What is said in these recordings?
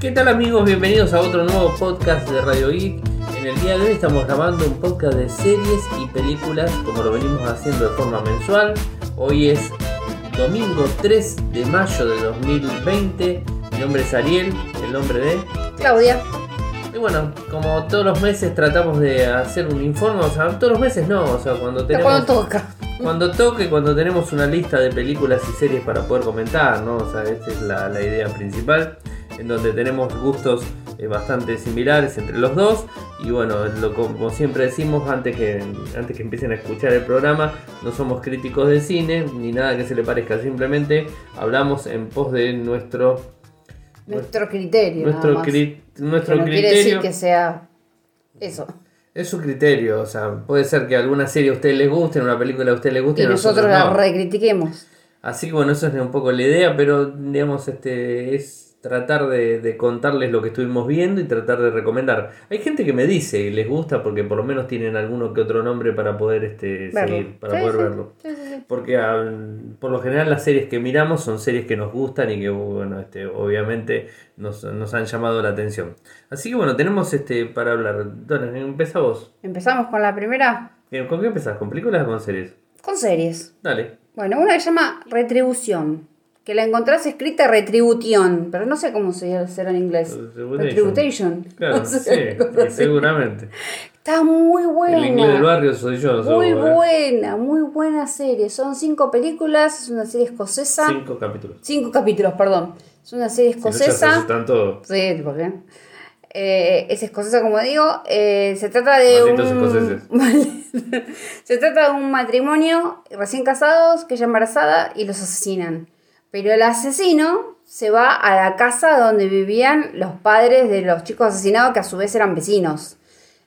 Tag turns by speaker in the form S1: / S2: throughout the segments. S1: ¿Qué tal amigos? Bienvenidos a otro nuevo podcast de Radio Geek. En el día de hoy estamos grabando un podcast de series y películas como lo venimos haciendo de forma mensual. Hoy es domingo 3 de mayo de 2020. Mi nombre es Ariel, el nombre de...
S2: Claudia.
S1: Y bueno, como todos los meses tratamos de hacer un informe, o sea, todos los meses no, o sea, cuando
S2: Pero
S1: tenemos...
S2: cuando toca.
S1: Cuando toque, cuando tenemos una lista de películas y series para poder comentar, ¿no? O sea, esta es la, la idea principal, en donde tenemos gustos eh, bastante similares entre los dos. Y bueno, lo- como siempre decimos, antes que, antes que empiecen a escuchar el programa, no somos críticos de cine, ni nada que se le parezca, simplemente hablamos en pos de nuestro,
S2: Nuestro criterio. nada
S1: nuestro,
S2: más.
S1: cri-
S2: Que
S1: nuestro
S2: no quiere decir
S1: criterio.
S2: que sea eso.
S1: Es su criterio, o sea, puede ser que alguna serie a usted le guste, una película a usted le guste
S2: Y
S1: y a
S2: nosotros la
S1: no.
S2: recritiquemos.
S1: Así que bueno, eso es un poco la idea, pero digamos, este es tratar de, de contarles lo que estuvimos viendo y tratar de recomendar. Hay gente que me dice y les gusta porque por lo menos tienen alguno que otro nombre para poder este
S2: Verlo.
S1: seguir, para
S2: Sí,
S1: poder
S2: sí,
S1: verlo.
S2: sí, sí, sí.
S1: Porque al- por lo general las series que miramos son series que nos gustan y que bueno, este, obviamente nos, nos han llamado la atención. Así que bueno, tenemos este para hablar. Dona, empezá vos.
S2: Empezamos con la primera,
S1: Bien, ¿Con qué empezás? ¿Con películas o con series?
S2: con series.
S1: Dale.
S2: Bueno, una que se llama Retribución. Que la encontrás escrita Retribution, pero no sé cómo se será en inglés.
S1: Retribution.
S2: Retribution.
S1: Claro,
S2: No
S1: sí,
S2: sé, cosa así.
S1: seguramente.
S2: Está muy
S1: El inglés del
S2: buena.
S1: barrio soy yo. soy
S2: Muy
S1: vos, ¿eh?
S2: buena, muy buena serie. Son cinco películas, es una serie escocesa.
S1: Cinco capítulos.
S2: Cinco capítulos, perdón. Es una serie
S1: Si no, ya se
S2: escocesa.
S1: asustan todos.
S2: Sí, ¿por qué? Eh, es escocesa, como digo. Eh, se trata de
S1: Malditos
S2: un. se trata de un matrimonio recién casados, que ella embarazada y los asesinan. Pero el asesino se va a la casa donde vivían los padres de los chicos asesinados, que a su vez eran vecinos.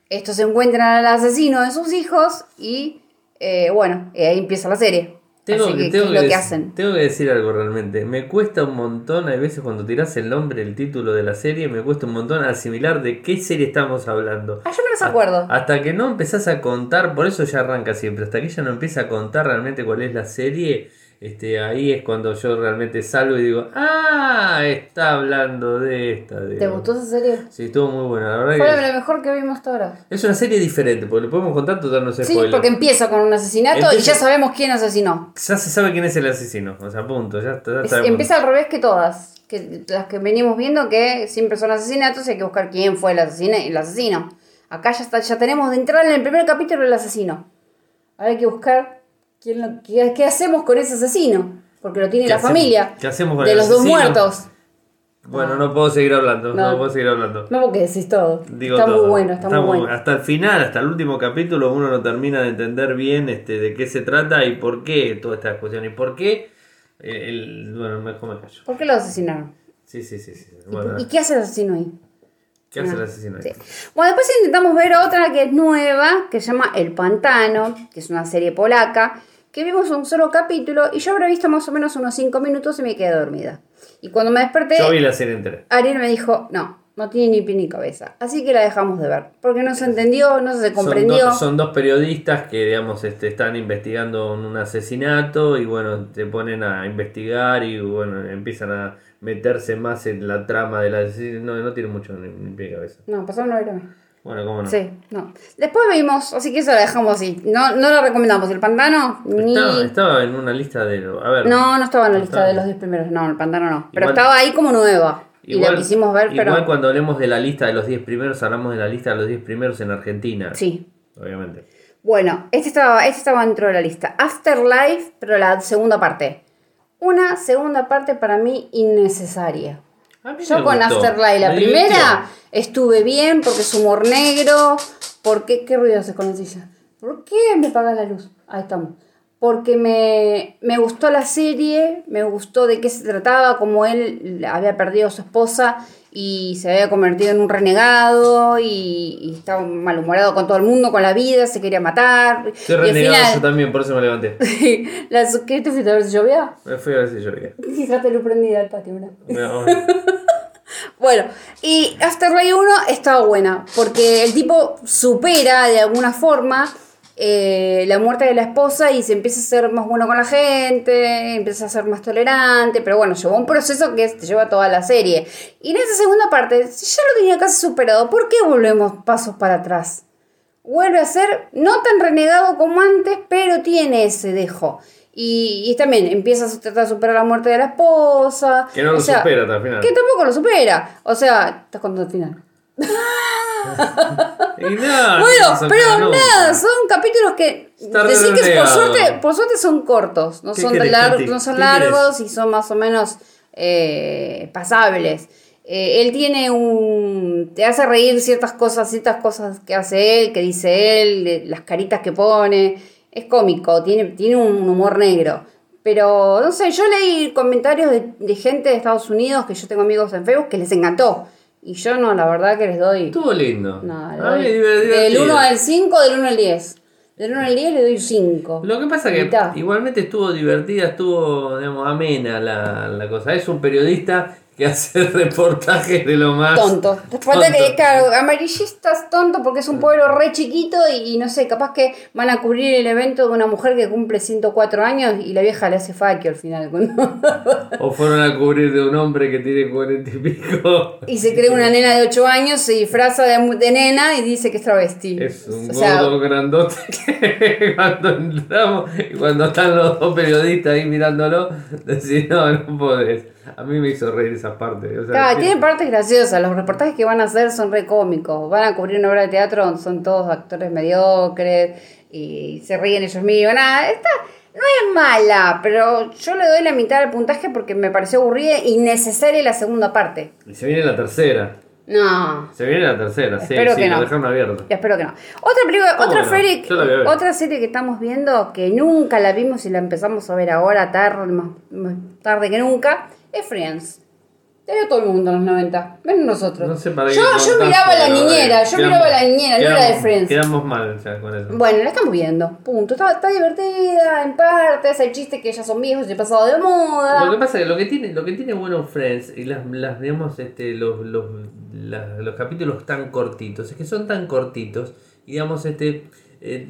S2: Estos encuentran al asesino de sus hijos y, eh, bueno, eh, ahí empieza la serie.
S1: Tengo,
S2: Así
S1: que,
S2: que, ¿qué
S1: tengo,
S2: es
S1: que
S2: lo que
S1: dec-
S2: hacen?
S1: tengo que decir algo realmente. Me cuesta un montón, hay veces cuando tirás el nombre, el título de la serie, me cuesta un montón asimilar de qué serie estamos hablando.
S2: Ah, yo me los acuerdo.
S1: Hasta que no empezás a contar, por eso ya arranca siempre, hasta que ella no empieza a contar realmente cuál es la serie, este, ahí es cuando yo realmente salgo y digo, ah, está hablando de esta.
S2: ¿Te
S1: digo.
S2: gustó esa serie?
S1: Este, Sí, estuvo muy buena, la verdad
S2: Fue
S1: que...
S2: la mejor que vimos hasta ahora.
S1: Es una serie diferente, porque le podemos contar total no se
S2: Sí, porque empieza con un asesinato y
S1: Empieza-
S2: ya sabemos quién asesinó.
S1: Ya se sabe quién es el asesino, o sea, punto, ya, está- ya
S2: Es-
S1: sabemos.
S2: empieza al revés que todas. Que las que venimos viendo que siempre son asesinatos y hay que buscar quién fue el asesino. El asesino. Acá ya está, ya tenemos de entrada en el primer capítulo el asesino. Ahora hay que buscar quién lo- qué, qué hacemos con ese asesino. Porque lo tiene
S1: ¿Qué
S2: la
S1: hacemos-
S2: familia.
S1: qué hacemos con
S2: De
S1: el
S2: los dos
S1: asesino?
S2: muertos.
S1: Bueno, no puedo seguir hablando, no,
S2: No.
S1: puedo seguir hablando.
S2: No porque decís todo.
S1: Digo
S2: está
S1: todo.
S2: muy bueno, está, muy bueno.
S1: Hasta el final, hasta el último capítulo, uno no termina de entender bien este, de qué se trata y por qué toda esta cuestión. Y por qué. eh, el- bueno, mejor me callo.
S2: ¿Por qué lo asesinaron?
S1: Sí, sí, sí. sí.
S2: ¿Y-
S1: Bueno,
S2: ¿Y qué hace el asesino ahí?
S1: ¿Qué hace el asesino? ahí?
S2: Sí. Este. Bueno, después intentamos ver otra que es nueva, que se llama El Pantano, que es una serie polaca, que vimos un solo capítulo y yo habré visto más o menos unos 5 minutos y me quedé dormida. Y cuando me desperté,
S1: Yo vi la serie entera.
S2: Ariel me dijo, no, no tiene ni pie ni cabeza. Así que la dejamos de ver, porque no se entendió, no se
S1: Son
S2: comprendió.
S1: dos, son dos periodistas que, digamos, este, están investigando un, un asesinato y, bueno, te ponen a investigar y, bueno, empiezan a meterse más en la trama del asesino. No, no tiene mucho ni, ni pie de cabeza.
S2: No, pasaron a verme.
S1: Bueno, cómo no.
S2: Sí, no. Después vimos, así que eso la dejamos así. No, no la recomendamos. El pantano, ni.
S1: Estaba, estaba en una lista de... A ver.
S2: No, no estaba en la lista
S1: estaba.
S2: de los 10 primeros. No, el pantano no. Pero
S1: Igual-
S2: estaba ahí como nueva. y la quisimos ver, pero.
S1: Igual cuando hablemos de la lista de los 10 primeros, hablamos de la lista de los 10 primeros en Argentina.
S2: Sí.
S1: Obviamente.
S2: Bueno, este estaba, este estaba dentro de la lista. Afterlife, pero la segunda parte. Una segunda parte para mí innecesaria.
S1: A mí me
S2: Yo con
S1: gustó.
S2: Afterlife, la
S1: Me
S2: primera,
S1: divirtió.
S2: estuve bien porque es humor negro. Porque, ¿Qué ruido haces con la silla? ¿Por qué me paga la luz? Ahí estamos. Porque me, me gustó la serie, me gustó de qué se trataba, como él había perdido a su esposa y se había convertido en un renegado y, y estaba malhumorado con todo el mundo, con la vida, se quería matar.
S1: Estoy
S2: y al
S1: renegado yo
S2: final,
S1: también, por eso me levanté.
S2: la, ¿qué te fuiste a ver si llovía?
S1: Me fui a ver si llovía.
S2: Fíjate, luz prendida al patio, mirá.
S1: No,
S2: Bueno, y Afterlife 1 estaba buena, porque el tipo supera de alguna forma eh, la muerte de la esposa y se empieza a ser más bueno con la gente, empieza a ser más tolerante, pero bueno, llevó un proceso que te lleva toda la serie. Y en esa segunda parte, si ya lo tenía casi superado, ¿por qué volvemos pasos para atrás? Vuelve a ser no tan renegado como antes, pero tiene ese dejo. Y, y también empieza a tratar de superar la muerte de la esposa.
S1: Que no
S2: o
S1: lo
S2: sea,
S1: supera hasta el final.
S2: Que tampoco lo supera. O sea, estás contando el final.
S1: Y nada, no
S2: Bueno,
S1: se supera
S2: pero
S1: nunca.
S2: nada, son capítulos que
S1: Está
S2: decir que por
S1: relegado.
S2: suerte, por suerte son cortos, no
S1: ¿Qué
S2: son,
S1: querés,
S2: lar-
S1: Tati?
S2: no son
S1: ¿Qué querés?
S2: largos y son más o menos eh, pasables. Eh, él tiene un... te hace reír ciertas cosas, ciertas cosas que hace él, que dice él, eh, las caritas que pone. Es cómico, tiene, tiene un humor negro. Pero, no sé, yo leí comentarios de, de gente de Estados Unidos que yo tengo amigos en Facebook que les encantó. Y yo no, la verdad que les doy...
S1: Estuvo lindo.
S2: No, le
S1: A mí
S2: doy-
S1: me divertido.
S2: del 1 al 5, del 1 al 10. Del 1 al 10 le doy 5.
S1: Lo que pasa que
S2: Mitad.
S1: igualmente estuvo divertida, estuvo, digamos, amena la, la cosa. Es un periodista que hace reportajes de lo más...
S2: Tonto. Te Falta
S1: tonto.
S2: que, claro, amarillistas tonto porque es un pueblo re chiquito y, y no sé, capaz que van a cubrir el evento de una mujer que cumple 104 años y la vieja le hace faquio al final.
S1: O fueron a cubrir de un hombre que tiene cuarenta y pico.
S2: y se cree una nena de 8 años, se disfraza de, mu- de nena y dice que es travesti.
S1: Es un
S2: O sea,
S1: gordo grandote que cuando entramos y cuando están los dos periodistas ahí mirándolo, decís, no, no podés. A mí me hizo reír esa parte. O sea,
S2: Claro,
S1: sí.
S2: tiene partes graciosas. Los reportajes que van a hacer son re cómicos. Van a cubrir una obra de teatro donde son todos actores mediocres y se ríen ellos mismos. Nada, esta no es mala, pero yo le doy la mitad del puntaje porque me pareció aburrida e innecesaria la segunda parte.
S1: Y se viene la tercera.
S2: No.
S1: Se viene la tercera, sí,
S2: Espero
S1: sí,
S2: que
S1: la
S2: no.
S1: dejaron abierta.
S2: Espero que no. Otra película,
S1: ¿Cómo
S2: otra,
S1: no?
S2: serie,
S1: Yo la voy a ver.
S2: otra serie que estamos viendo que nunca la vimos y la empezamos a ver ahora, tarde, más, más tarde que nunca, es Friends. La vio todo el mundo en los 90, menos nosotros.
S1: No sé para qué
S2: yo, yo
S1: contás,
S2: miraba a la
S1: pero, eh,
S2: niñera, yo
S1: quedamos-
S2: miraba a la niñera, no era de
S1: quedamos-
S2: Friends.
S1: Quedamos mal ya con eso.
S2: Bueno, la estamos viendo, punto. Está, está divertida, en parte, hace el chiste que ya son viejos y pasado de
S1: Lo que
S2: moda.
S1: pasa es que lo que tiene, lo que tiene bueno Friends y las, las digamos, este, los, los, la- los capítulos tan cortitos, es que son tan cortitos, y digamos, este, eh,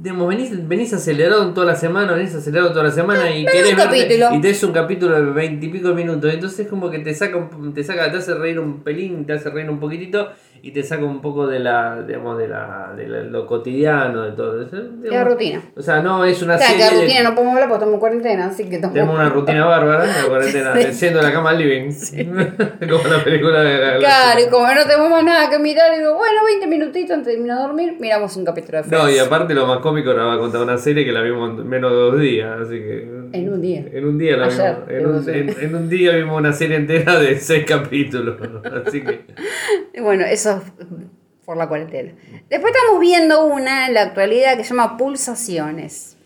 S1: digamos, venís, venís acelerado en toda la semana, venís acelerado toda la semana y
S2: pero
S1: querés
S2: Eh, un
S1: verte-
S2: capítulo.
S1: y te es un capítulo de veintipico minutos, entonces como que te saca, un- te saca, te hace reír un pelín, te hace reír un poquitito y te saca un poco de la, digamos, de la, de la- lo cotidiano, de todo. Es, eh,
S2: Es
S1: digamos,
S2: rutina.
S1: O sea, no es una
S2: O sea, que
S1: serie
S2: la
S1: de-
S2: rutina no podemos hablar porque estamos en cuarentena, así que estamos...
S1: tenemos una rutina bárbara en la cuarentena, siendo la cama al living. Como la película de la
S2: Claro, y como no tenemos más nada que mirar, digo, bueno, 20 minutitos antes de irme a dormir, miramos un capítulo de Friends.
S1: No, y aparte lo más cómico era va a contar una serie que la vimos en menos de dos días, así que.
S2: En un día.
S1: En un día la
S2: Ayer,
S1: vimos. En un, en- en un día vimos una serie entera de seis capítulos. Así que.
S2: Y Bueno, eso es por la cuarentena. Después estamos viendo una en la actualidad que se llama Pulsaciones.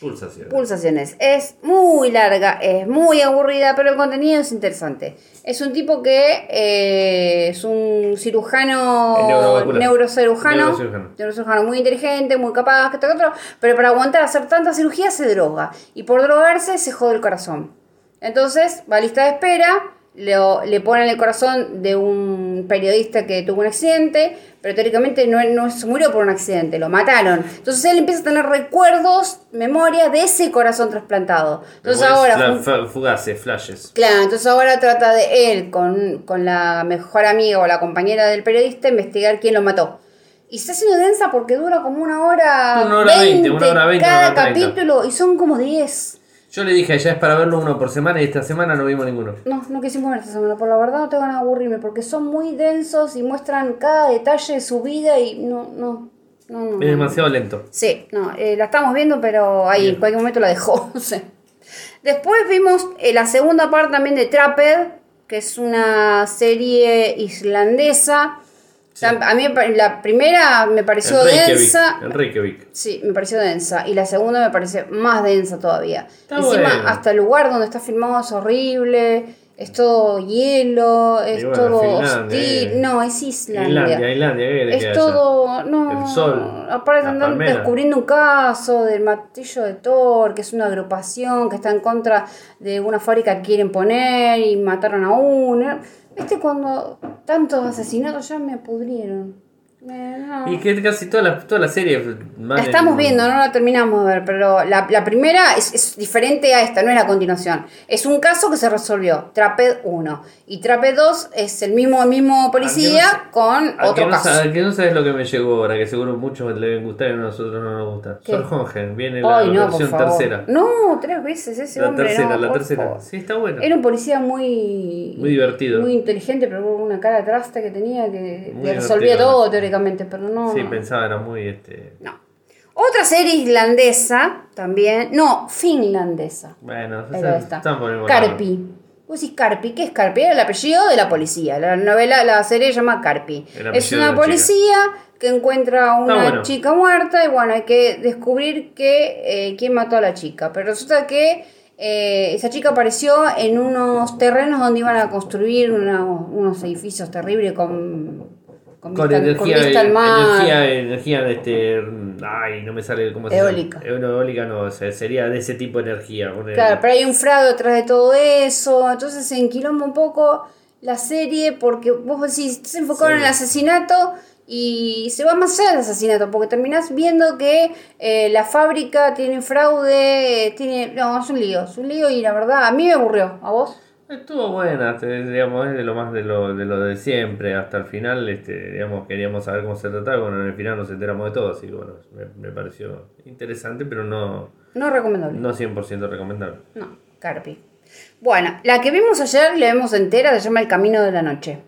S1: Pulsación.
S2: Pulsaciones. Es muy larga, es muy aburrida, pero el contenido es interesante. Es un tipo que eh, es un
S1: El
S2: cirujano,
S1: neurovascular.
S2: neurocirujano,
S1: Neurocirujano.
S2: neurocirujano muy inteligente, muy capaz, que esto, que otro, pero para aguantar hacer tanta cirugía se droga. Y por drogarse se jode el corazón. Entonces, va a lista de espera, lo- le ponen el corazón de un periodista que tuvo un accidente, pero teóricamente no, no se murió por un accidente, lo mataron. Entonces él empieza a tener recuerdos, memoria de ese corazón trasplantado. Entonces ahora...
S1: Fla-
S2: jun-
S1: fa- Fugaces, flashes.
S2: Claro, entonces ahora trata de él con, con la mejor amiga o la compañera del periodista investigar quién lo mató. Y está siendo densa porque dura como una hora.
S1: Una hora veinte,
S2: 20,
S1: una hora veinte,
S2: Cada
S1: una hora treinta.
S2: capítulo y son como 10.
S1: Yo le dije, ya es para verlo uno por semana y esta semana no vimos ninguno.
S2: No, no quisimos ver esta semana, por la verdad no te van a aburrirme porque son muy densos y muestran cada detalle de su vida y no, no, no, no.
S1: Es demasiado lento.
S2: Sí, no, eh, la estamos viendo, pero ahí en cualquier momento la dejó. no sé. Después vimos eh, la segunda parte también de Trapped, que es una serie islandesa.
S1: Sí.
S2: Tam- A mí me pa- la primera me pareció densa.
S1: En Reykjavik.
S2: Sí, me pareció densa. Y la segunda me parece más densa todavía.
S1: Está
S2: Encima,
S1: bueno.
S2: hasta el lugar donde está filmado es horrible. Es todo hielo, es
S1: bueno,
S2: todo
S1: Finlandia,
S2: hostil.
S1: eh.
S2: No, es
S1: Islandia, Islandia, ¿qué querés que
S2: es
S1: haya?
S2: todo. No.
S1: El sol,
S2: Aparte,
S1: las
S2: andan
S1: palmeras.
S2: descubriendo un caso del martillo de Thor, que es una agrupación que está en contra de una fábrica que quieren poner y mataron a uno. Viste, cuando tantos asesinatos ya me pudrieron. Eh, no.
S1: Y que casi todas las todas las series. pues,
S2: La estamos viendo, no la terminamos de ver, pero la, la primera es, es diferente a esta, no es la continuación. Es un caso que se resolvió, Traped 1. Y Traped 2 es el mismo, el mismo policía con
S1: Al que,
S2: otro
S1: no,
S2: caso.
S1: sa- al que no sabes lo que me llegó ahora, que seguro muchos le deben gustar y a nosotros no nos gusta.
S2: ¿Qué?
S1: Sor Hongen, viene la
S2: Ay, no, por
S1: versión
S2: favor.
S1: tercera.
S2: No, tres veces ese
S1: la
S2: hombre.
S1: tercera,
S2: no,
S1: la
S2: por
S1: tercera.
S2: favor.
S1: Sí, está bueno.
S2: Era un policía muy.
S1: Muy divertido.
S2: Muy inteligente, pero con una cara trasta que tenía que,
S1: Muy
S2: que resolvía
S1: divertido.
S2: todo teóricamente, pero no.
S1: Sí,
S2: no.
S1: pensaba, era muy este.
S2: No. Otra serie islandesa también. No, finlandesa.
S1: Bueno,
S2: Pero
S1: esas
S2: está.
S1: están por el volado.
S2: Carpi. Vos decís Carpi, ¿qué es Carpi? Era el apellido de la policía. La novela, la serie se llama Carpi.
S1: El apellido
S2: Es
S1: de
S2: una
S1: la chica.
S2: policía que encuentra a una
S1: bueno.
S2: chica muerta y bueno, hay que descubrir que, eh, quién mató a la chica. Pero resulta que eh, esa chica apareció en unos terrenos donde iban a construir una- unos edificios terribles con, con,
S1: Con
S2: vista-
S1: energía,
S2: con vista al mar.
S1: energía, energía, este, ay, no me sale cómo se
S2: Eólica.
S1: llama. Eólica. Eólica no, o sea, sería de ese tipo de energía. una-
S2: Claro, pero hay un fraude detrás de todo eso. Entonces se enquiloma un poco la serie porque vos decís, se enfocaron en
S1: Sí.
S2: el asesinato y se va más allá del asesinato porque terminás viendo que eh, la fábrica tiene fraude, eh, tiene... No, es un lío, es un lío y la verdad a mí me aburrió. ¿A vos?
S1: Estuvo buena, te- digamos, es de lo más de lo, de lo de siempre. Hasta el final, este, digamos, queríamos saber cómo se trataba. Bueno, en el final nos enteramos de todo, así que bueno, me, me pareció interesante, pero no,
S2: No recomendable.
S1: no 100% recomendable.
S2: No, Carpi. Bueno, la que vimos ayer, la vemos entera, se llama El Camino de la Noche.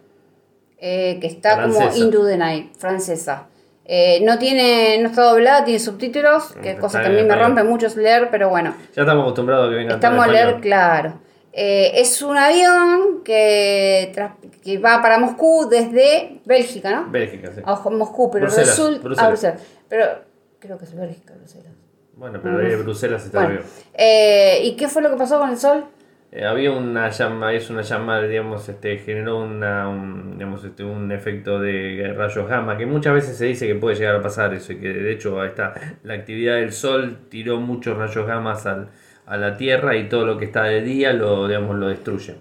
S2: Eh, que está como
S1: Francesa.
S2: Into the Night, francesa. Eh, no tiene, no está doblada, tiene subtítulos, que es
S1: Está
S2: cosa que a
S1: en
S2: mí me
S1: español.
S2: rompe mucho es leer, pero bueno.
S1: Ya estamos acostumbrados a que vengan
S2: Estamos a
S1: todos
S2: leer,
S1: español.
S2: claro. Eh, es un avión que, tras- que va para Moscú desde Bélgica, ¿no?
S1: Bélgica, sí.
S2: A Moscú, pero
S1: Bruselas,
S2: resulta.
S1: Bruselas.
S2: a Bruselas. Pero creo que es Bélgica, Bruselas.
S1: Bueno, pero ahí Bruselas está
S2: Bueno,
S1: arriba.
S2: eh, ¿y qué fue lo que pasó con el sol?
S1: Eh, había una llama, es una llama, digamos, este, generó una, un, digamos, este, un efecto de rayos gamma, que muchas veces se dice que puede llegar a pasar eso, y que de hecho ahí está, la actividad del sol tiró muchos rayos gamma al, a la Tierra y todo lo que está de día lo, digamos, lo destruye.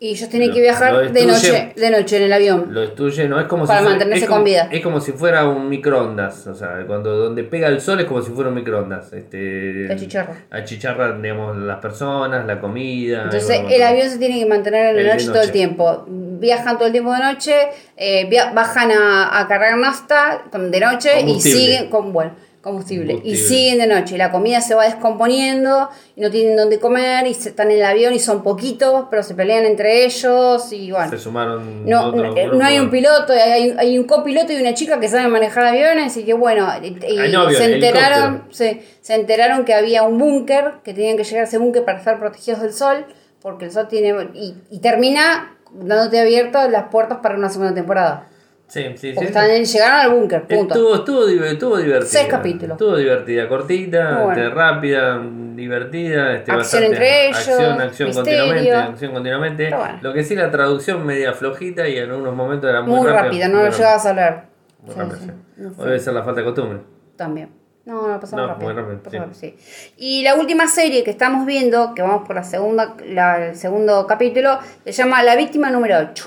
S2: Y ellos tienen
S1: Lo-
S2: que viajar
S1: lo
S2: de
S1: destruyen.
S2: noche, de noche en el avión.
S1: Lo destruye, no es como
S2: Para
S1: si fuera-
S2: mantenerse
S1: es como-
S2: con vida.
S1: Es como si fuera un microondas, o sea, cuando donde pega el sol es como si fuera un microondas. Este,
S2: Te achicharra.
S1: Achicharra, digamos, las personas, la comida. y
S2: Entonces
S1: bueno,
S2: el
S1: bueno.
S2: avión se tiene que mantener en
S1: Es
S2: la
S1: de
S2: noche todo el
S1: noche.
S2: tiempo. Viajan todo el tiempo de noche, eh, via- bajan a, a cargar nafta con- de noche y
S1: Combustible.
S2: siguen con bueno, combustible. Y
S1: Combustible.
S2: siguen de noche. Y la comida se va descomponiendo y no tienen dónde comer y se- están en el avión y son poquitos, pero se pelean entre ellos y bueno.
S1: Se sumaron
S2: No,
S1: otros
S2: no, eh, no
S1: grupos.
S2: hay un piloto, hay, hay un copiloto y una chica que sabe manejar aviones, y que bueno, y- y
S1: Hay no
S2: se
S1: aviones,
S2: enteraron, se, se enteraron que había un búnker, que tenían que llegar a ese búnker para estar protegidos del sol, porque el sol tiene y, y termina dándote abiertas las puertas para una segunda temporada.
S1: Sí, sí, sí.
S2: Porque están en- llegaron al búnker, punto.
S1: Estuvo, estuvo, div- estuvo divertida.
S2: Seis capítulos.
S1: Estuvo divertida, cortita,
S2: Muy bueno.
S1: este, rápida, divertida. Este,
S2: Acción
S1: bastante-
S2: entre ellos,
S1: Acción, acción
S2: misterio.
S1: continuamente. Acción continuamente.
S2: Está bueno.
S1: Lo que sí, la traducción media flojita y en algunos momentos era muy,
S2: Muy rápida, no
S1: muy
S2: lo llegabas a hablar.
S1: Muy
S2: Sí,
S1: rápida,
S2: sí,
S1: sí.
S2: no
S1: O Debe ser la falta de costumbre.
S2: También. No, no, pasamos
S1: No,
S2: rápido.
S1: muy rápido,
S2: Pasamos rápido, sí. Y la última serie que estamos viendo, que vamos por la segunda, la, el segundo capítulo, se llama La víctima número 8,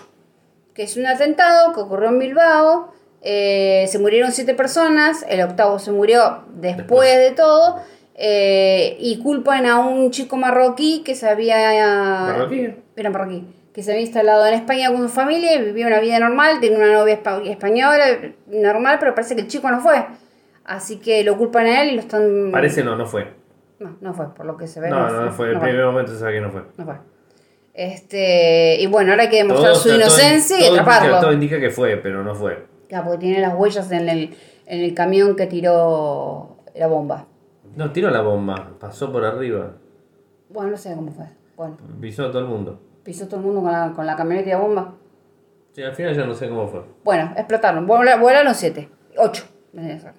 S2: que es un atentado que ocurrió en Bilbao. eh, se murieron siete personas, el octavo se murió después,
S1: Después.
S2: de todo. eh, y culpan a un chico marroquí que se había.
S1: ¿Marroquí?
S2: Era marroquí. Que se había instalado en España con su familia, vivía una vida normal, tenía una novia espa- española, normal, pero parece que el chico no fue. Así que lo culpan a él y lo están.
S1: Parece no, no fue.
S2: No, no fue, por lo que se ve.
S1: No, no, no fue. El
S2: no
S1: primer momento se sabe que no fue.
S2: no fue. Este, y bueno, ahora hay que demostrar
S1: Todo-
S2: su
S1: todo-
S2: inocencia
S1: todo
S2: y
S1: indica-
S2: atraparlo.
S1: todo indica que fue, pero no fue.
S2: Claro, porque tiene las huellas en el, en el camión que tiró la bomba.
S1: No, tiró la bomba, pasó por arriba,
S2: Bueno, no sé cómo fue. Bueno,
S1: pisó a todo el mundo.
S2: pisó todo el mundo con la, con la camioneta y la bomba.
S1: Sí, al final ya no sé cómo fue.
S2: Bueno, explotaron. Vuela- Volaron siete. Ocho. vendría a ser.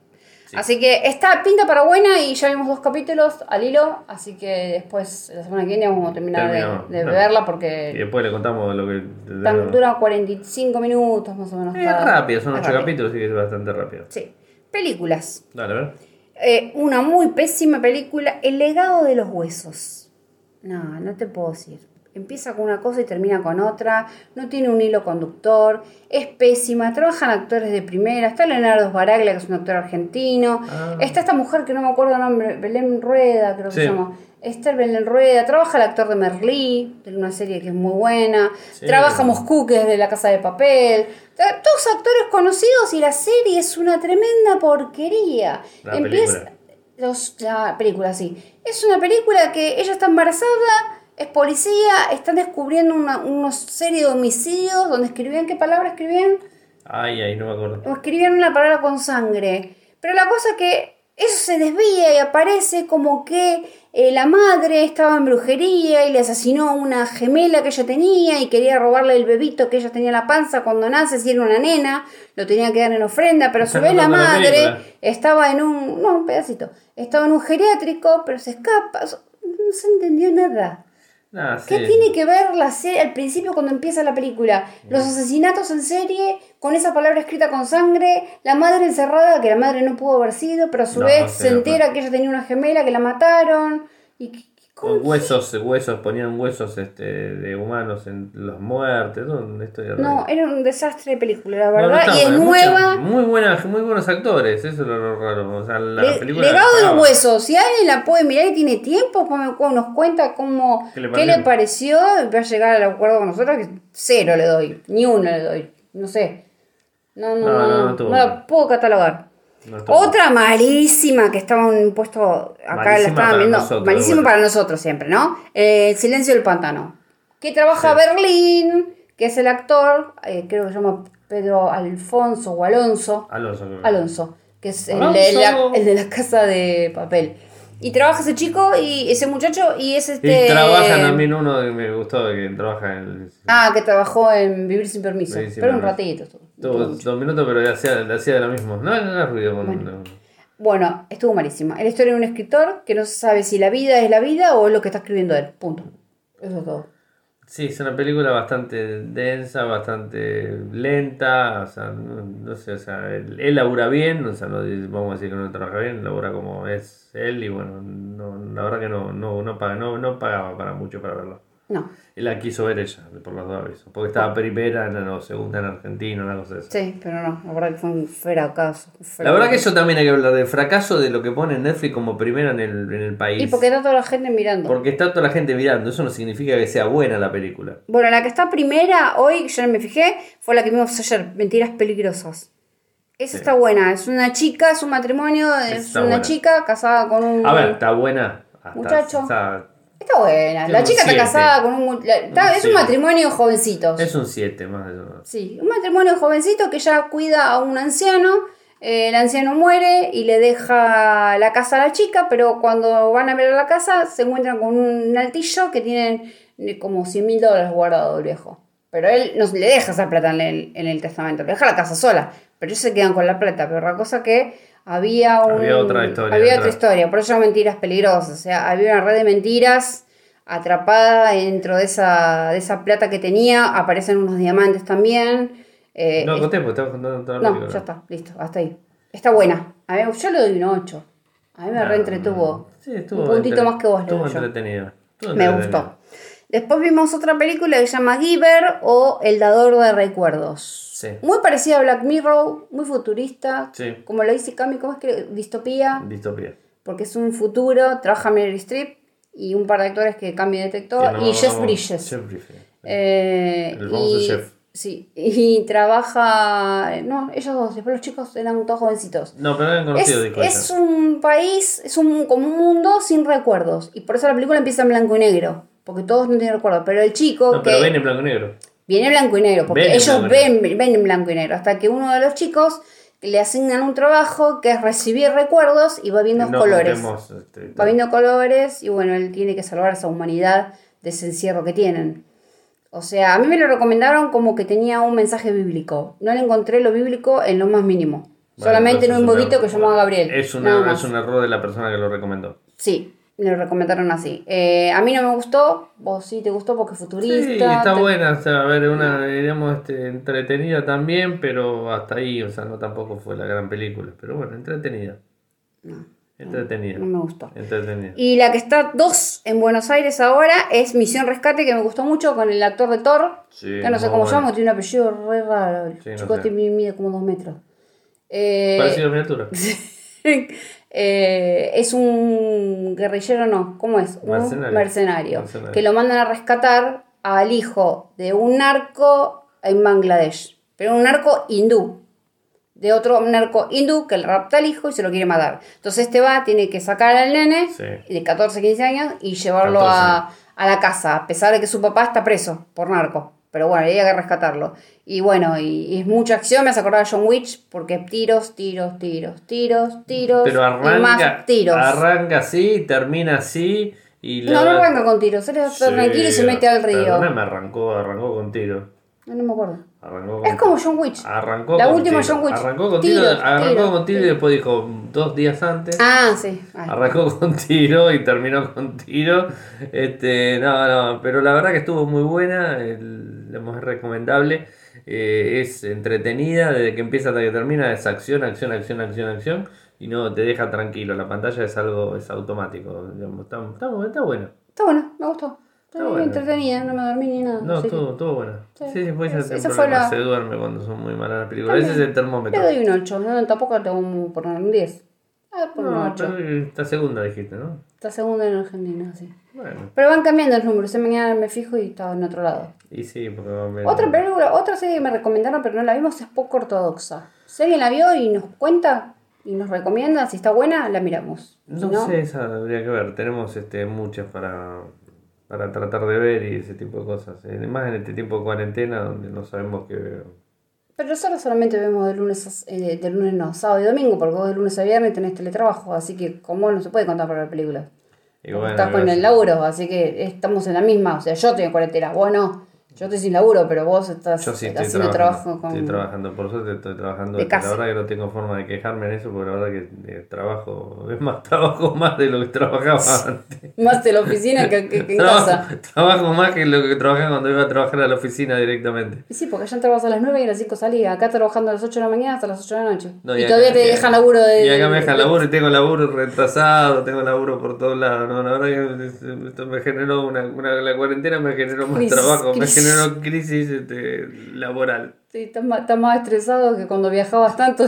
S2: Así que está pinta para buena y ya vimos dos capítulos al hilo. Así que después, la semana que viene, vamos a terminar de-
S1: Terminamos.
S2: de,
S1: No.
S2: verla
S1: Y
S2: porque
S1: después le contamos lo que.
S2: Eh. tan- dura 45 minutos más o menos.
S1: Es
S2: cada-
S1: rápido, son
S2: es
S1: ocho
S2: rápido.
S1: capítulos, así que es bastante rápido.
S2: Sí. Películas.
S1: Dale, a ver.
S2: Eh, una muy pésima película, El legado de los huesos. No, no te puedo decir. Empieza con una cosa y termina con otra, no tiene un hilo conductor, es pésima, trabajan actores de primera, está Leonardo Baraglia, que es un actor argentino,
S1: Ah.
S2: está esta mujer que no me acuerdo el nombre, Belén Rueda, creo que
S1: Sí.
S2: se llama. Esther Belén Rueda, trabaja el actor de Merlí, de una serie que es muy buena,
S1: Sí.
S2: trabaja Moscú, que es de La Casa de Papel, Tra- todos actores conocidos y la serie es una tremenda porquería.
S1: La película.
S2: los- la película, sí. Es una película que ella está embarazada, es policía, están descubriendo una, una serie de homicidios donde escribían, ¿qué palabra escribían?
S1: Ay, ay, no me acuerdo.
S2: o escribieron una palabra con sangre. Pero la cosa es que eso se desvía y aparece como que eh, la madre estaba en brujería y le asesinó a una gemela que ella tenía y quería robarle el bebito que ella tenía en la panza cuando nace, si era una nena, lo tenía que dar en ofrenda, pero a su
S1: Estás
S2: vez la
S1: contando la
S2: madre
S1: película.
S2: estaba en un, no, un pedacito, estaba en un geriátrico, pero se escapa, o sea, no se entendió nada.
S1: Nada, sí.
S2: ¿Qué tiene que ver la serie al principio cuando empieza la película? Los
S1: Mm.
S2: asesinatos en serie, con esa palabra escrita con sangre, la madre encerrada, que la madre no pudo haber sido, pero a su
S1: No,
S2: vez
S1: no sé,
S2: se
S1: no,
S2: entera que ella tenía una gemela, que la mataron. ¿Y qué- qué- cómo?
S1: Con huesos, huesos, ponían huesos este, de humanos en las muertes. No, esto era
S2: No,
S1: horrible.
S2: era un desastre de película,
S1: No,
S2: la
S1: no
S2: verdad.
S1: está
S2: y es
S1: mal, mucha-
S2: nueva.
S1: muy, buena, muy buenos actores, eso es lo raro. O sea, la
S2: Le-
S1: película
S2: legado
S1: estaba-
S2: del hueso. Si alguien la puede mirar y tiene tiempo, pues me- nos cuenta cómo,
S1: ¿Qué le
S2: qué le
S1: pareció?
S2: pareció. Va a llegar al acuerdo con nosotros que cero le doy, ni uno le doy. No sé. No, no,
S1: No,
S2: no,
S1: no,
S2: no,
S1: no estuvo
S2: no la
S1: bueno.
S2: puedo catalogar.
S1: No está-
S2: Otra malísima que estaba en un puesto acá la
S1: Malísima
S2: estaban
S1: para
S2: viendo.
S1: nosotros,
S2: malísima
S1: de vuelta.
S2: para nosotros siempre, ¿no? Eh, el silencio del pantano. Que trabaja
S1: Sí.
S2: Berlín, que es el actor, eh, creo que se llama Pedro Alfonso o Alonso.
S1: Alonso. creo.
S2: Alonso, que es el, de la,
S1: Alonso.
S2: el de la casa de papel. Y trabaja ese chico y ese muchacho y es
S1: Y
S2: este.
S1: trabaja también uno que me gustó, que trabaja en...
S2: Ah, que trabajó en Vivir sin permiso.
S1: Vivir sin
S2: pero un
S1: permiso.
S2: ratito. estuvo.
S1: Tuvo dos minutos, pero le hacía, le hacía de lo mismo. No, no era ruido con... no.
S2: Bueno, estuvo malísima. Es La historia de un escritor que no se sabe si la vida es la vida o es lo que está escribiendo él. Punto. Eso es todo.
S1: Sí, es una película bastante densa, bastante lenta, o sea, no, no sé, o sea, él, él labura bien, o sea, no di- vamos a decir que no trabaja bien, labura como es él y bueno, no, la verdad que no, no, no, paga, no, no pagaba para mucho para verlo.
S2: No.
S1: Él la quiso ver ella, por los dos avisos, porque estaba primera, no, no, segunda en Argentina, una cosa de esa.
S2: Sí, pero no. La verdad que fue un fracaso. un
S1: La verdad que
S2: fracaso.
S1: eso también hay que hablar del fracaso de lo que pone Netflix como primera en el, en el país.
S2: Y porque está toda la gente mirando.
S1: Porque está toda la gente mirando, eso no significa que sea buena la película.
S2: Bueno, la que está primera hoy, yo no me fijé, fue la que vimos ayer, Mentiras Peligrosas. Esa está buena, es una chica, es un matrimonio, es
S1: Está
S2: una
S1: buena.
S2: chica casada con un...
S1: A ver, está buena. Hasta,
S2: Muchacho.
S1: o sea,
S2: Está buena,
S1: Tiene un
S2: la chica está
S1: siete.
S2: casada con un... mu- la- está-
S1: Un
S2: es un
S1: siete.
S2: matrimonio jovencito.
S1: es un 7 más de uno.
S2: Sí, un matrimonio jovencito que ya cuida a un anciano. eh, el anciano muere y le deja la casa a la chica, pero cuando van a ver la casa se encuentran con un altillo que tienen eh, como 100 mil dólares guardado el viejo. Pero él no le deja esa plata en el, en el testamento, le deja la casa sola. Pero ellos se quedan con la plata. Pero la cosa que había un-
S1: Había otra historia
S2: Había
S1: detrás.
S2: otra historia, por eso llaman mentiras peligrosas. O sea, había una red de mentiras atrapada dentro de esa, de esa plata que tenía. Aparecen unos diamantes también. Eh,
S1: no
S2: es-
S1: conté, porque estaba contando toda la
S2: no,
S1: película.
S2: ya está, listo, hasta ahí. Está buena. A mí, yo le doy un 8. A mí me
S1: Nah,
S2: reentretuvo.
S1: Ah, Sí, estuvo
S2: un puntito
S1: entre-
S2: más que vos, le
S1: Estuvo
S2: doy yo.
S1: entretenido. estuvo
S2: Me
S1: entretenido.
S2: gustó. Después vimos otra película que se llama Giver o El Dador de Recuerdos.
S1: Sí.
S2: Muy parecida a Black Mirror, muy futurista.
S1: Sí.
S2: Como lo dice Cami, ¿cómo es que? Distopía.
S1: Distopía.
S2: porque es un futuro, trabaja Meryl Streep y un par de actores que Cami detectó
S1: Que no-
S2: y Jeff Bridges.
S1: Jeff Bridges.
S2: Eh,
S1: El famoso
S2: y-
S1: Jeff.
S2: Sí, y trabaja... eh, No, ellos dos, después los chicos eran todos jovencitos.
S1: No, pero no habían
S2: Es,
S1: conocido, dijo
S2: es
S1: ella.
S2: un país, es un, como un mundo sin recuerdos. Y por eso la película empieza en blanco y negro. Porque todos no tienen recuerdos. Pero el chico
S1: No,
S2: que
S1: pero ven en blanco y negro.
S2: Viene en blanco y negro, porque
S1: Ven en
S2: ellos
S1: blanco y
S2: ven, ven en blanco y negro, hasta que uno de los chicos le asignan un trabajo que es recibir recuerdos y va viendo
S1: No
S2: colores.
S1: contemos, este,
S2: Va viendo colores y bueno, él tiene que salvar a esa humanidad de ese encierro que tienen. O sea, a mí me lo recomendaron como que tenía un mensaje bíblico. No le encontré lo bíblico en lo más mínimo.
S1: Bueno,
S2: Solamente en
S1: entonces
S2: un
S1: es una-
S2: bobito que llamaba Gabriel.
S1: Es,
S2: nada
S1: una,
S2: más.
S1: es un error de la persona que lo recomendó.
S2: Sí, me lo recomendaron así. Eh, a mí no me gustó, vos sí te gustó porque es futurista.
S1: Sí, está
S2: te-
S1: buena, o sea, a ver, una, digamos, este, entretenida también, pero hasta ahí, o sea, no tampoco fue la gran película, pero bueno, entretenida. Entretenida.
S2: No me gustó.
S1: Entretenida.
S2: Y la que está dos en Buenos Aires ahora es Misión Rescate, que me gustó mucho con el actor de Thor.
S1: Sí,
S2: que no sé
S1: muy
S2: cómo
S1: bueno.
S2: llama, tiene un apellido re raro. El
S1: Sí, no
S2: chicote
S1: sé.
S2: mi- mide como dos metros. Eh,
S1: Parecido a miniatura.
S2: eh, es un guerrillero, no, ¿cómo es? Un
S1: Mercenario.
S2: mercenario,
S1: Mercenario.
S2: Que lo mandan a rescatar al hijo de un narco en Bangladesh. Pero un narco hindú. De otro narco hindú que le rapta al hijo y se lo quiere matar. Entonces este va, tiene que sacar al nene
S1: Sí.
S2: de 14, 15 años y llevarlo a, a la casa, a pesar de que su papá está preso por narco. Pero bueno, hay que rescatarlo. Y bueno, y, y es mucha acción, me hace acordar a John Witch, porque tiros, tiros, tiros, tiros, tiros,
S1: Pero
S2: y
S1: arranca,
S2: más tiros.
S1: arranca así, termina así y la
S2: no, no arranca con tiros, él está tranquilo y se mete al río.
S1: me arrancó, arrancó con tiro.
S2: No, no me acuerdo.
S1: Arrancó con
S2: Es como John Witch.
S1: Arrancó
S2: La
S1: con
S2: última
S1: tiro.
S2: John Wick.
S1: Arrancó con tiro,
S2: Tiros,
S1: arrancó
S2: tiros,
S1: con tiro y después dijo dos días antes.
S2: Ah, sí. ay.
S1: Arrancó con tiro y terminó con tiro. Este, no, no, pero la verdad que estuvo muy buena, el- la más recomendable. Eh, es entretenida, desde que empieza hasta que termina es acción, acción, acción, acción, acción. Y no te deja tranquilo, la pantalla es algo, es automático. digamos, está, está bu- está bueno.
S2: Está bueno, me gustó.
S1: Está
S2: Está bien
S1: bueno.
S2: entretenida, no me dormí ni nada.
S1: No,
S2: así que-
S1: estuvo, estuvo bueno.
S2: Ah, Sí,
S1: Sí, sí, pues ese es el
S2: eso fue
S1: problema,
S2: la-
S1: se duerme cuando son muy malas las películas.
S2: También.
S1: Ese es el
S2: Le
S1: termómetro.
S2: doy un 8, no, tampoco te voy a poner un 10. Ah, por un
S1: No,
S2: 8.
S1: pero esta segunda dijiste, ¿no?
S2: Está segunda en Argentina, sí.
S1: Bueno,
S2: Pero van cambiando los números, yo mañana me fijo y estaba en otro lado.
S1: y sí, porque va a haber-
S2: Otra película, otra serie que me recomendaron pero no la vimos es poco ortodoxa. Si alguien la vio y nos cuenta y nos recomienda, si está buena, la miramos. Si
S1: No, sé, esa habría que ver. Tenemos este, muchas para, para tratar de ver y ese tipo de cosas. Además, en este tiempo de cuarentena, donde no sabemos qué.
S2: Pero nosotros solamente vemos de lunes, a- eh, de lunes no, sábado y domingo, porque vos de lunes a viernes tenés teletrabajo, así que como no se puede contar para ver películas.
S1: Y
S2: Porque
S1: bueno,
S2: estás con
S1: gracias.
S2: el laburo, así que estamos en la misma. O sea, yo estoy en cuarentena, vos no. Yo estoy sin laburo, pero vos estás
S1: Yo sí estoy
S2: haciendo
S1: trabajando.
S2: trabajo con.
S1: Estoy trabajando, por suerte estoy trabajando.
S2: De
S1: hasta
S2: casa.
S1: La verdad que no tengo forma de quejarme en eso, porque la verdad que eh, trabajo, es más, trabajo más de lo que trabajaba antes.
S2: Más de la oficina que, que- que en
S1: Trabajo-
S2: casa.
S1: Trabajo más que lo que trabajaba cuando iba a trabajar a la oficina directamente.
S2: Y Sí, porque allá entrabas a las 9 y a las 5 salías. Acá trabajando a las 8 de la mañana hasta las 8 de la noche.
S1: No,
S2: y,
S1: acá-
S2: todavía te
S1: y-
S2: dejan laburo de.
S1: Y acá me dejan
S2: de-
S1: laburo y tengo laburo retrasado, tengo laburo por todos lados. No, la verdad que es- esto me generó una, una- la cuarentena me generó más
S2: Crisis,
S1: trabajo,
S2: crisis.
S1: me generó crisis este, laboral.
S2: Sí, estás más, estás más estresado que cuando viajabas tanto.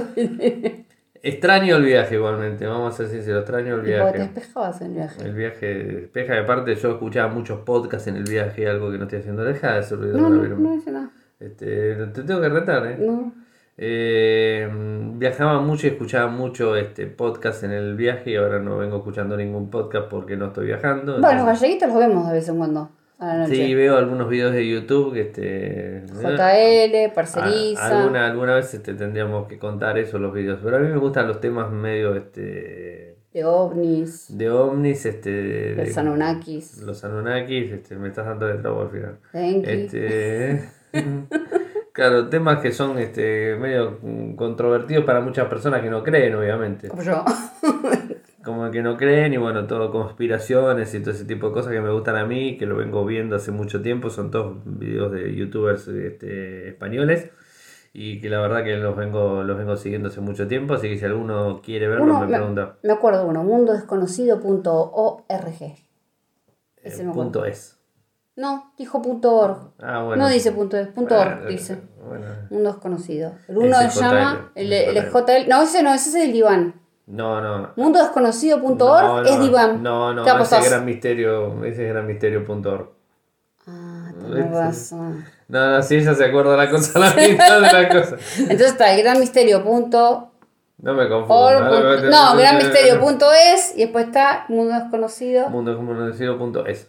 S1: Extraño el viaje igualmente, vamos a ser sinceros, extraño el
S2: Tipo, te
S1: viaje.
S2: despejabas en el viaje.
S1: El viaje despeja, y aparte yo escuchaba muchos podcasts en el viaje, algo que no estoy haciendo. Deja de hacer ruido,
S2: No, no,
S1: Gabriel.
S2: no hice nada.
S1: Este, te tengo que retar, ¿eh?
S2: No.
S1: Eh, viajaba mucho y escuchaba mucho este podcast en el viaje y ahora no vengo escuchando ningún podcast porque no estoy viajando.
S2: Bueno, los
S1: entonces-
S2: galleguitos los vemos de vez en cuando. A la noche.
S1: sí, veo algunos videos de YouTube que este.
S2: JL,
S1: a-
S2: Parceriza.
S1: alguna, alguna vez este, tendríamos que contar eso los videos. Pero a mí me gustan los temas medio este
S2: de ovnis,
S1: de ovnis, este de,
S2: los Anunnakis,
S1: los Anunnakis, este, me estás dando el trago al final.
S2: de Enki.
S1: Este, claro, temas que son este, medio mm, controvertidos para muchas personas que no creen, obviamente.
S2: como yo.
S1: Como que no creen y bueno, todo conspiraciones y todo ese tipo de cosas que me gustan a mí, que lo vengo viendo hace mucho tiempo, son todos videos de youtubers este, españoles y que la verdad que los vengo los vengo siguiendo hace mucho tiempo, así que si alguno quiere verlo
S2: Uno,
S1: me
S2: me-
S1: pregunta.
S2: Me acuerdo uno, mundodesconocido.org. Ese
S1: eh,
S2: me acuerdo.
S1: punto es.
S2: No, dijo punto org.
S1: Ah, bueno. Ah,
S2: No dice punto es, punto
S1: Bueno,
S2: org, dice.
S1: bueno.
S2: Mundo desconocido. El
S1: Ese
S2: uno se
S1: es
S2: llama,
S1: JL,
S2: el, el
S1: JL.
S2: es JL. No, ese no, ese es el diván.
S1: No, no, no.
S2: Mundodesconocido.org
S1: No,
S2: es
S1: no,
S2: diván.
S1: No, no,
S2: ¿Qué
S1: ese
S2: apostás?
S1: gran misterio, ese gran misterio.org.
S2: Ah,
S1: Ese.
S2: tenés razón.
S1: No, no, si ella se acuerda la cosa, la mitad de la cosa.
S2: Entonces está el gran misterio punto
S1: No me confundo.
S2: org
S1: ahora me voy
S2: punto-
S1: a-
S2: No, gran misterio punto es y después está mundo desconocido.
S1: Mundo desconocido punto es.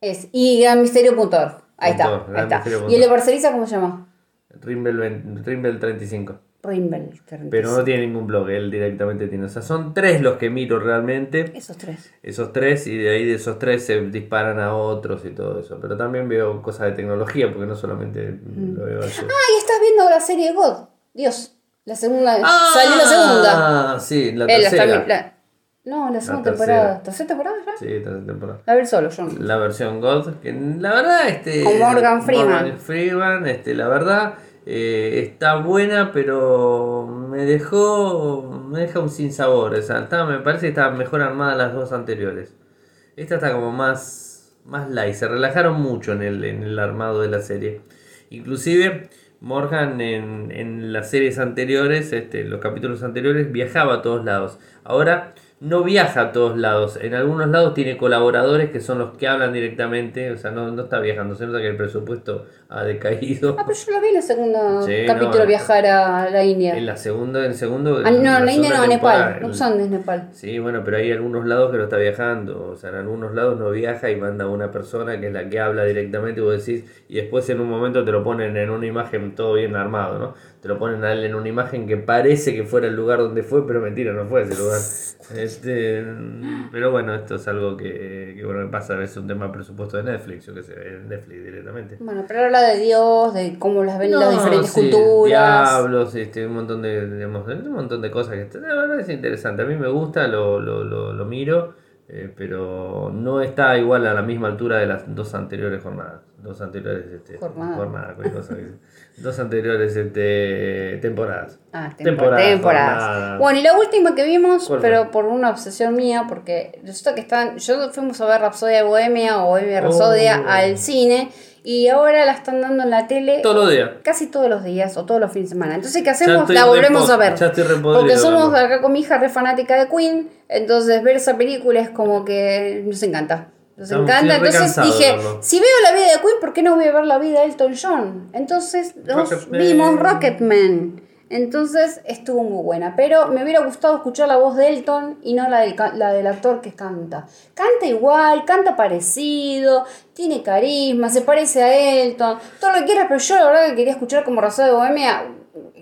S2: Es y granmisterio.org. Ahí está,
S1: Punto org,
S2: ahí está.
S1: granmisterio punto
S2: ¿Y el de
S1: org.
S2: Barceliza cómo se llama?
S1: Rimbel, 20 Rimbel 35.
S2: Rimbel. Fernández.
S1: Pero no tiene ningún blog, él directamente tiene. O sea, son tres los que miro realmente.
S2: Esos tres.
S1: Esos tres, y de ahí de esos tres se disparan a otros y todo eso. Pero también veo cosas de tecnología, porque no solamente lo veo así.
S2: Ah, y estás viendo la serie God. Dios. La segunda. Ah, Salió la segunda.
S1: Ah, sí, la
S2: Eh, la
S1: tercera.
S2: fami- la- no, la segunda
S1: tercera.
S2: temporada. ¿Tercera temporada ya?
S1: Sí, tercera temporada.
S2: La ver solo, yo no.
S1: la versión God, que la verdad, este.
S2: Con Morgan Freeman.
S1: Morgan Freeman, este, la verdad, eh, está buena, pero me dejó, me deja un sinsabor. O sea, está- me parece que está mejor armada las dos anteriores. Esta está como más, más light. Se relajaron mucho en el, en el armado de la serie. Inclusive, Morgan en, en las series anteriores, este, los capítulos anteriores, viajaba a todos lados. Ahora no viaja a todos lados. En algunos lados tiene colaboradores que son los que hablan directamente. O sea, no, no está viajando. Se nota que el presupuesto ha decaído.
S2: Ah, pero yo lo vi en el segundo
S1: Sí,
S2: capítulo
S1: no,
S2: viajar a la India.
S1: En la segunda, en el segundo.
S2: Ah, no,
S1: en
S2: en la India no,
S1: segunda
S2: a
S1: temporada,
S2: Nepal.
S1: en-
S2: No son de Nepal.
S1: Sí, bueno, pero hay algunos lados que no está viajando. O sea, en algunos lados no viaja y manda a una persona que es la que habla directamente y vos decís, y después en un momento te lo ponen en una imagen todo bien armado, ¿no? Te lo ponen a él en una imagen que parece que fuera el lugar donde fue, pero mentira, no fue ese lugar. Este, pero bueno, esto es algo que, que bueno, pasa, es un tema de presupuesto de Netflix, o que se ve en Netflix directamente.
S2: Bueno, pero habla de Dios, de cómo las ven las
S1: No,
S2: diferentes
S1: sí,
S2: culturas.
S1: Diablos, este, un montón de, digamos, un montón de cosas que la verdad es interesante. A mí me gusta, lo, lo, lo, lo miro, eh, pero no está igual a la misma altura de las dos anteriores jornadas. Dos anteriores este,
S2: Jornada.
S1: jornada, cualquier cosa que sea. dos anteriores este, temporadas.
S2: Ah, tempor-
S1: Temporadas,
S2: temporadas.
S1: jornadas.
S2: Bueno, y la última que vimos,
S1: ¿Cuál fue?
S2: pero por una obsesión mía, porque resulta que están. Yo fuimos a ver Rapsodia de Bohemia o Bohemia
S1: Oh.
S2: Rapsodia al cine y ahora la están dando en la tele
S1: Todos los días.
S2: casi todos los días o todos los fines de semana. Entonces, ¿qué
S1: Ya
S2: hacemos?
S1: estoy
S2: La
S1: re
S2: volvemos
S1: pod-
S2: a ver.
S1: ya estoy re podrido,
S2: Porque somos
S1: Blanca.
S2: acá con mi hija re fanática de Queen, entonces ver esa película es como que nos encanta. Nos
S1: Estamos
S2: encanta.
S1: re
S2: Entonces
S1: cansados de
S2: dije,
S1: verlo.
S2: si veo la vida de Queen, ¿por qué no voy a ver la vida de Elton John? Entonces nos
S1: Rocketman.
S2: vimos Rocketman. Entonces estuvo muy buena, pero me hubiera gustado escuchar la voz de Elton y no la del, ca- la del actor que canta. Canta igual, canta parecido, tiene carisma, se parece a Elton, todo lo que quieras, pero yo la verdad que quería escuchar como Rosa de Bohemia,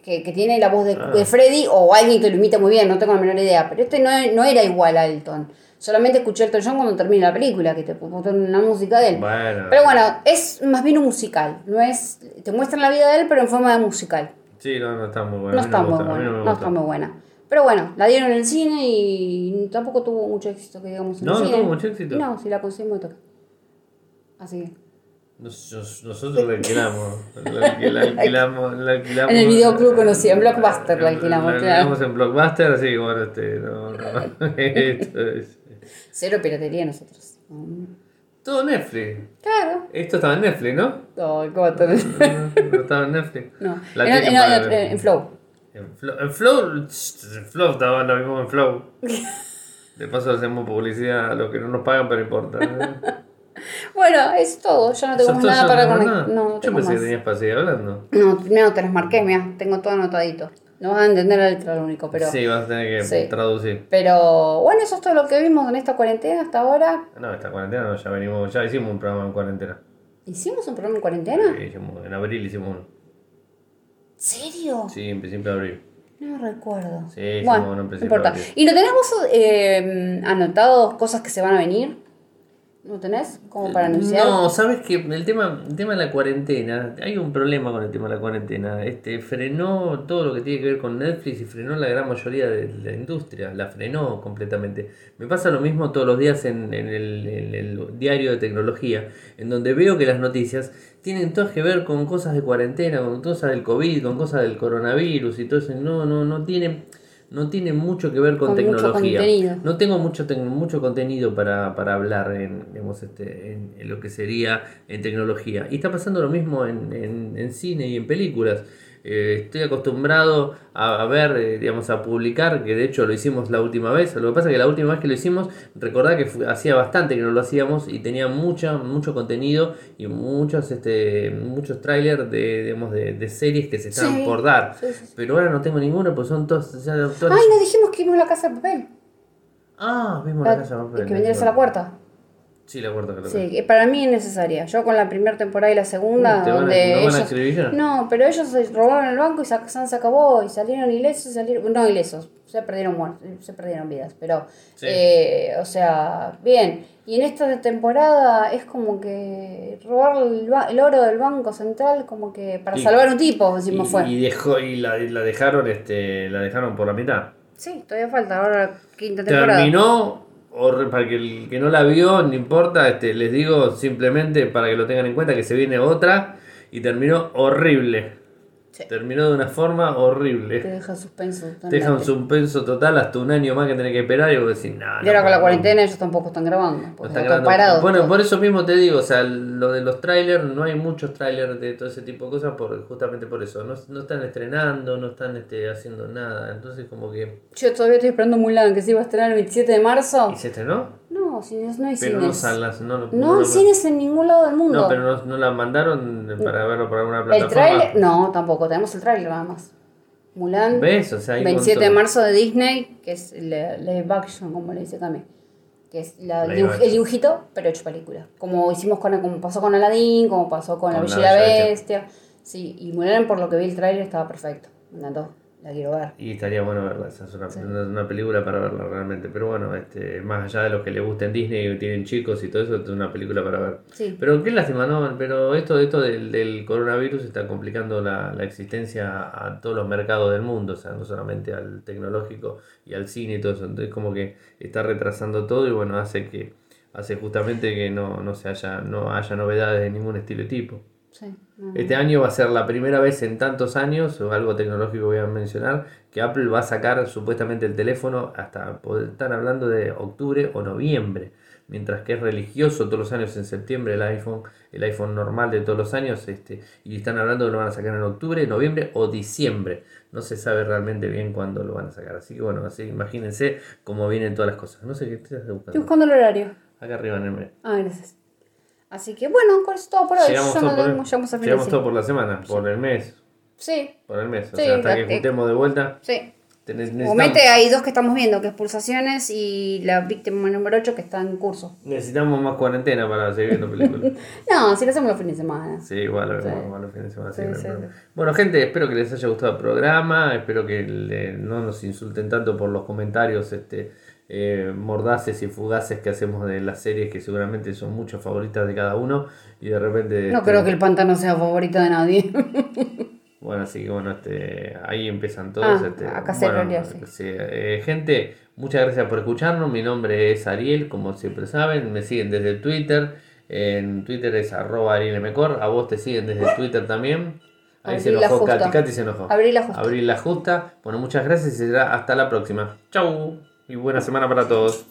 S2: que, que tiene la voz de,
S1: Ah.
S2: de Freddy o alguien que lo imita muy bien, no tengo la menor idea, pero este no, no era igual a Elton. Solamente escuché a Elton John cuando termina la película, que te pusieron una música de él.
S1: Bueno.
S2: Pero bueno, es más bien un musical, no es, te muestran la vida de él, pero en forma de musical.
S1: Sí, no, no está muy bueno.
S2: No
S1: a mí
S2: está
S1: me
S2: muy
S1: gusta, a mí no
S2: buena.
S1: me
S2: No
S1: gusta.
S2: está muy buena. Pero bueno, la dieron en el cine y tampoco tuvo mucho éxito, que digamos. en
S1: No,
S2: el
S1: no
S2: cine.
S1: tuvo mucho éxito.
S2: No, si la conseguimos, toca. Así que.
S1: Nos- Nosotros la alquilamos. La, alqui- la alquilamos, la alquilamos.
S2: En el videoclub conocí, en Blockbuster la alquilamos,
S1: La alquilamos en Blockbuster, así que bueno, este, no, no. Esto es-
S2: Cero piratería nosotros. Mm.
S1: Todo Netflix.
S2: Claro.
S1: Esto estaba en Netflix, ¿no?
S2: Ay, ¿cómo te-
S1: No, no estaba en Netflix.
S2: No,
S1: La
S2: en, en-
S1: tienen para
S2: en-
S1: ver.
S2: en Flow.
S1: En Flow, en Flow, en Flow estaba, la vimos en Flow. De paso hacemos publicidad a los que no nos pagan, pero importa. ¿eh?
S2: Bueno, es todo. Ya no
S1: ¿Eso
S2: tengo
S1: es
S2: más
S1: todo?
S2: nada
S1: ¿Ya
S2: para
S1: no tenés nada?
S2: conectar. No, no
S1: Yo
S2: tengo
S1: pensé que
S2: más.
S1: tenías para seguir hablando.
S2: No, no, te las marqué, mira. Tengo todo anotadito. No vas a entender la letra, lo único, pero.
S1: sí, vas a tener que
S2: Sí.
S1: traducir.
S2: Pero bueno, eso es todo lo que vimos en esta cuarentena hasta ahora.
S1: No, esta cuarentena no, ya venimos, ya hicimos un programa en cuarentena.
S2: ¿Hicimos un programa en cuarentena?
S1: Sí, hicimos- en abril hicimos uno.
S2: ¿En serio?
S1: Sí, en principio de abril.
S2: No recuerdo.
S1: Sí, hicimos uno
S2: bueno,
S1: en
S2: no
S1: principio
S2: importa.
S1: de abril.
S2: ¿Y no tenemos eh, anotados cosas que se van a venir? ¿No tenés? Como para anunciar.
S1: Eh, No, sabes que el tema, el tema de la cuarentena, hay un problema con el tema de la cuarentena. Este, frenó todo lo que tiene que ver con Netflix y frenó la gran mayoría de la industria, la frenó completamente. Me pasa lo mismo todos los días en, en el, en el diario de tecnología, en donde veo que las noticias tienen todas que ver con cosas de cuarentena, con cosas del COVID, con cosas del coronavirus y todo eso. No, no, no tienen, no tienen mucho que ver con,
S2: Con mucho
S1: tecnología.
S2: contenido.
S1: No tengo mucho, ten- mucho contenido para, para hablar en, digamos, este, en, en lo que sería en tecnología. Y está pasando lo mismo en, en- en cine y en películas. Eh, estoy acostumbrado a, a ver, eh, digamos, a publicar, que de hecho lo hicimos la última vez. Lo que pasa es que la última vez que lo hicimos, recordá que fu- hacía bastante que no lo hacíamos y tenía mucha, mucho contenido y muchos, este, muchos trailers de, digamos, de, de series que se estaban
S2: Sí.
S1: por dar.
S2: Sí, sí, sí.
S1: Pero ahora no tengo ninguno, pues son todos... ya- todas-
S2: Ay, nos dijimos que vimos la casa de papel.
S1: Ah, vimos la,
S2: La-
S1: casa de papel.
S2: que vendrías a la puerta.
S1: Sí, la puerta que la
S2: Sí, que para mí es necesaria. Yo con la primera temporada y la segunda,
S1: ¿Te van a-
S2: donde
S1: no van a
S2: ellos-
S1: escribir?
S2: No, pero ellos se robaron el banco y sa- San se acabó y salieron ilesos, y salieron, no ilesos, se perdieron muertos, se perdieron vidas, pero,
S1: Sí.
S2: eh, o sea, bien. Y en esta temporada es como que robar el, ba- el oro del banco central como que para
S1: Y-
S2: salvar un tipo,
S1: Y,
S2: encima fue.
S1: y dejó, y la, y la dejaron, este, la dejaron por la mitad.
S2: sí, todavía falta ahora la quinta temporada.
S1: Terminó, o re- para que el que no la vio, no importa, este, les digo simplemente para que lo tengan en cuenta que se viene otra y terminó horrible.
S2: Sí.
S1: Terminó de una forma horrible.
S2: Te deja suspenso.
S1: Te deja un
S2: totalmente.
S1: suspenso total hasta un año más que tenés que esperar y vos decís, no.
S2: Y ahora
S1: no,
S2: con la
S1: Ah, no,
S2: cuarentena ellos tampoco están grabando.
S1: no
S2: Porque
S1: está
S2: están
S1: grabando.
S2: parados.
S1: Bueno,
S2: todos.
S1: por eso mismo te digo, o sea, lo de los trailers, no hay muchos trailers de todo ese tipo de cosas por, justamente por eso. No, no están estrenando, no están este, haciendo nada. Entonces, como que.
S2: Yo todavía estoy esperando Mulan, que se iba a estrenar el 27 de marzo.
S1: ¿Y se estrenó?
S2: No, cines no hay
S1: Pero no
S2: cines.
S1: sal- las- no, no,
S2: No hay cines en ningún lado del mundo.
S1: No, pero no, no la mandaron para verlo por alguna
S2: el
S1: plataforma.
S2: tráiler, no, tampoco, tenemos el tráiler nada más. Mulan,
S1: ¿Ves? O sea, hay un
S2: 27 de
S1: montón.
S2: marzo de Disney, que es la live action, como le dice también. Que es la-
S1: Live
S2: dibuj-
S1: action.
S2: el dibujito, pero hecho película. Como hicimos con, como pasó con Aladdin, como pasó con La
S1: Con
S2: Bella y
S1: La
S2: la
S1: Bella y la
S2: Bestia. Sí, y Mulan, por lo que vi el tráiler, estaba perfecto. Me encantó, la quiero ver.
S1: Y estaría bueno verla, esa es una, una- una película para verla realmente. Pero bueno, este, más allá de los que le gusten Disney y tienen chicos y todo eso, es una película para ver.
S2: Sí.
S1: Pero qué lástima, ¿no? Pero esto, esto del, del coronavirus está complicando la, la existencia a todos los mercados del mundo, o sea, no solamente al tecnológico y al cine y todo eso. Entonces como que está retrasando todo y bueno, hace que hace justamente que no, no se haya, no haya novedades de ningún estilo y tipo.
S2: Sí, no.
S1: Este año va a ser la primera vez en tantos años, o algo tecnológico voy a mencionar, que Apple va a sacar supuestamente el teléfono hasta, poder- están hablando de octubre o noviembre, mientras que es religioso todos los años en septiembre el iPhone, el iPhone normal de todos los años, este, y están hablando que lo van a sacar en octubre, noviembre o diciembre. No se sabe realmente bien cuándo lo van a sacar, así que bueno, así imagínense cómo vienen todas las cosas. No sé qué estás
S2: Estoy
S1: buscando.
S2: buscando el horario.
S1: Acá arriba en el medio.
S2: Ah, gracias. Así que bueno, con eso todo por hoy.
S1: Llegamos
S2: Yo
S1: todo
S2: no
S1: por-
S2: tengo- llegamos al final,
S1: llegamos
S2: sí.
S1: todo por la semana, por el mes,
S2: Sí,
S1: por el mes, o
S2: Sí,
S1: sea, hasta
S2: la-
S1: que
S2: eh,
S1: juntemos de vuelta.
S2: sí.
S1: Tenés-
S2: O
S1: necesitamos,
S2: mete hay dos que estamos viendo, que es Pulsaciones y la víctima número 8 que está en curso.
S1: necesitamos más cuarentena para seguir viendo películas.
S2: No, si lo hacemos los fines de semana.
S1: sí, igual, lo
S2: Sí.
S1: vemos igual los fines de semana, así
S2: Sí,
S1: que no hay
S2: sí,
S1: problema. Bueno, gente, espero que les haya gustado el programa. Espero que le- no nos insulten tanto por los comentarios este, eh, mordaces y fugaces que hacemos de las series, que seguramente son muchas favoritas de cada uno. Y de repente.
S2: No
S1: este,
S2: creo que el pantano sea favorito de nadie.
S1: Bueno, así que bueno, este, ahí empiezan todos.
S2: Ah,
S1: este,
S2: acá se
S1: bueno,
S2: rolea, sí.
S1: sí, eh, gente, muchas gracias por escucharnos. Mi nombre es Ariel, como siempre saben. Me siguen desde Twitter. En Twitter es arroba arielmcor. A vos te siguen desde Twitter también. Ahí se
S2: Abril la
S1: enojó,
S2: Justa.
S1: Katy, Katy se enojó.
S2: Abril la Justa.
S1: Abril la justa. Bueno, muchas gracias y será hasta la próxima. Chau y buena semana para todos.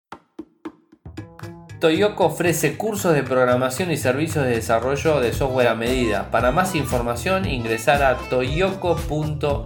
S1: Toyoko ofrece cursos de programación y servicios de desarrollo de software a medida. Para más información ingresar a toyoko.io.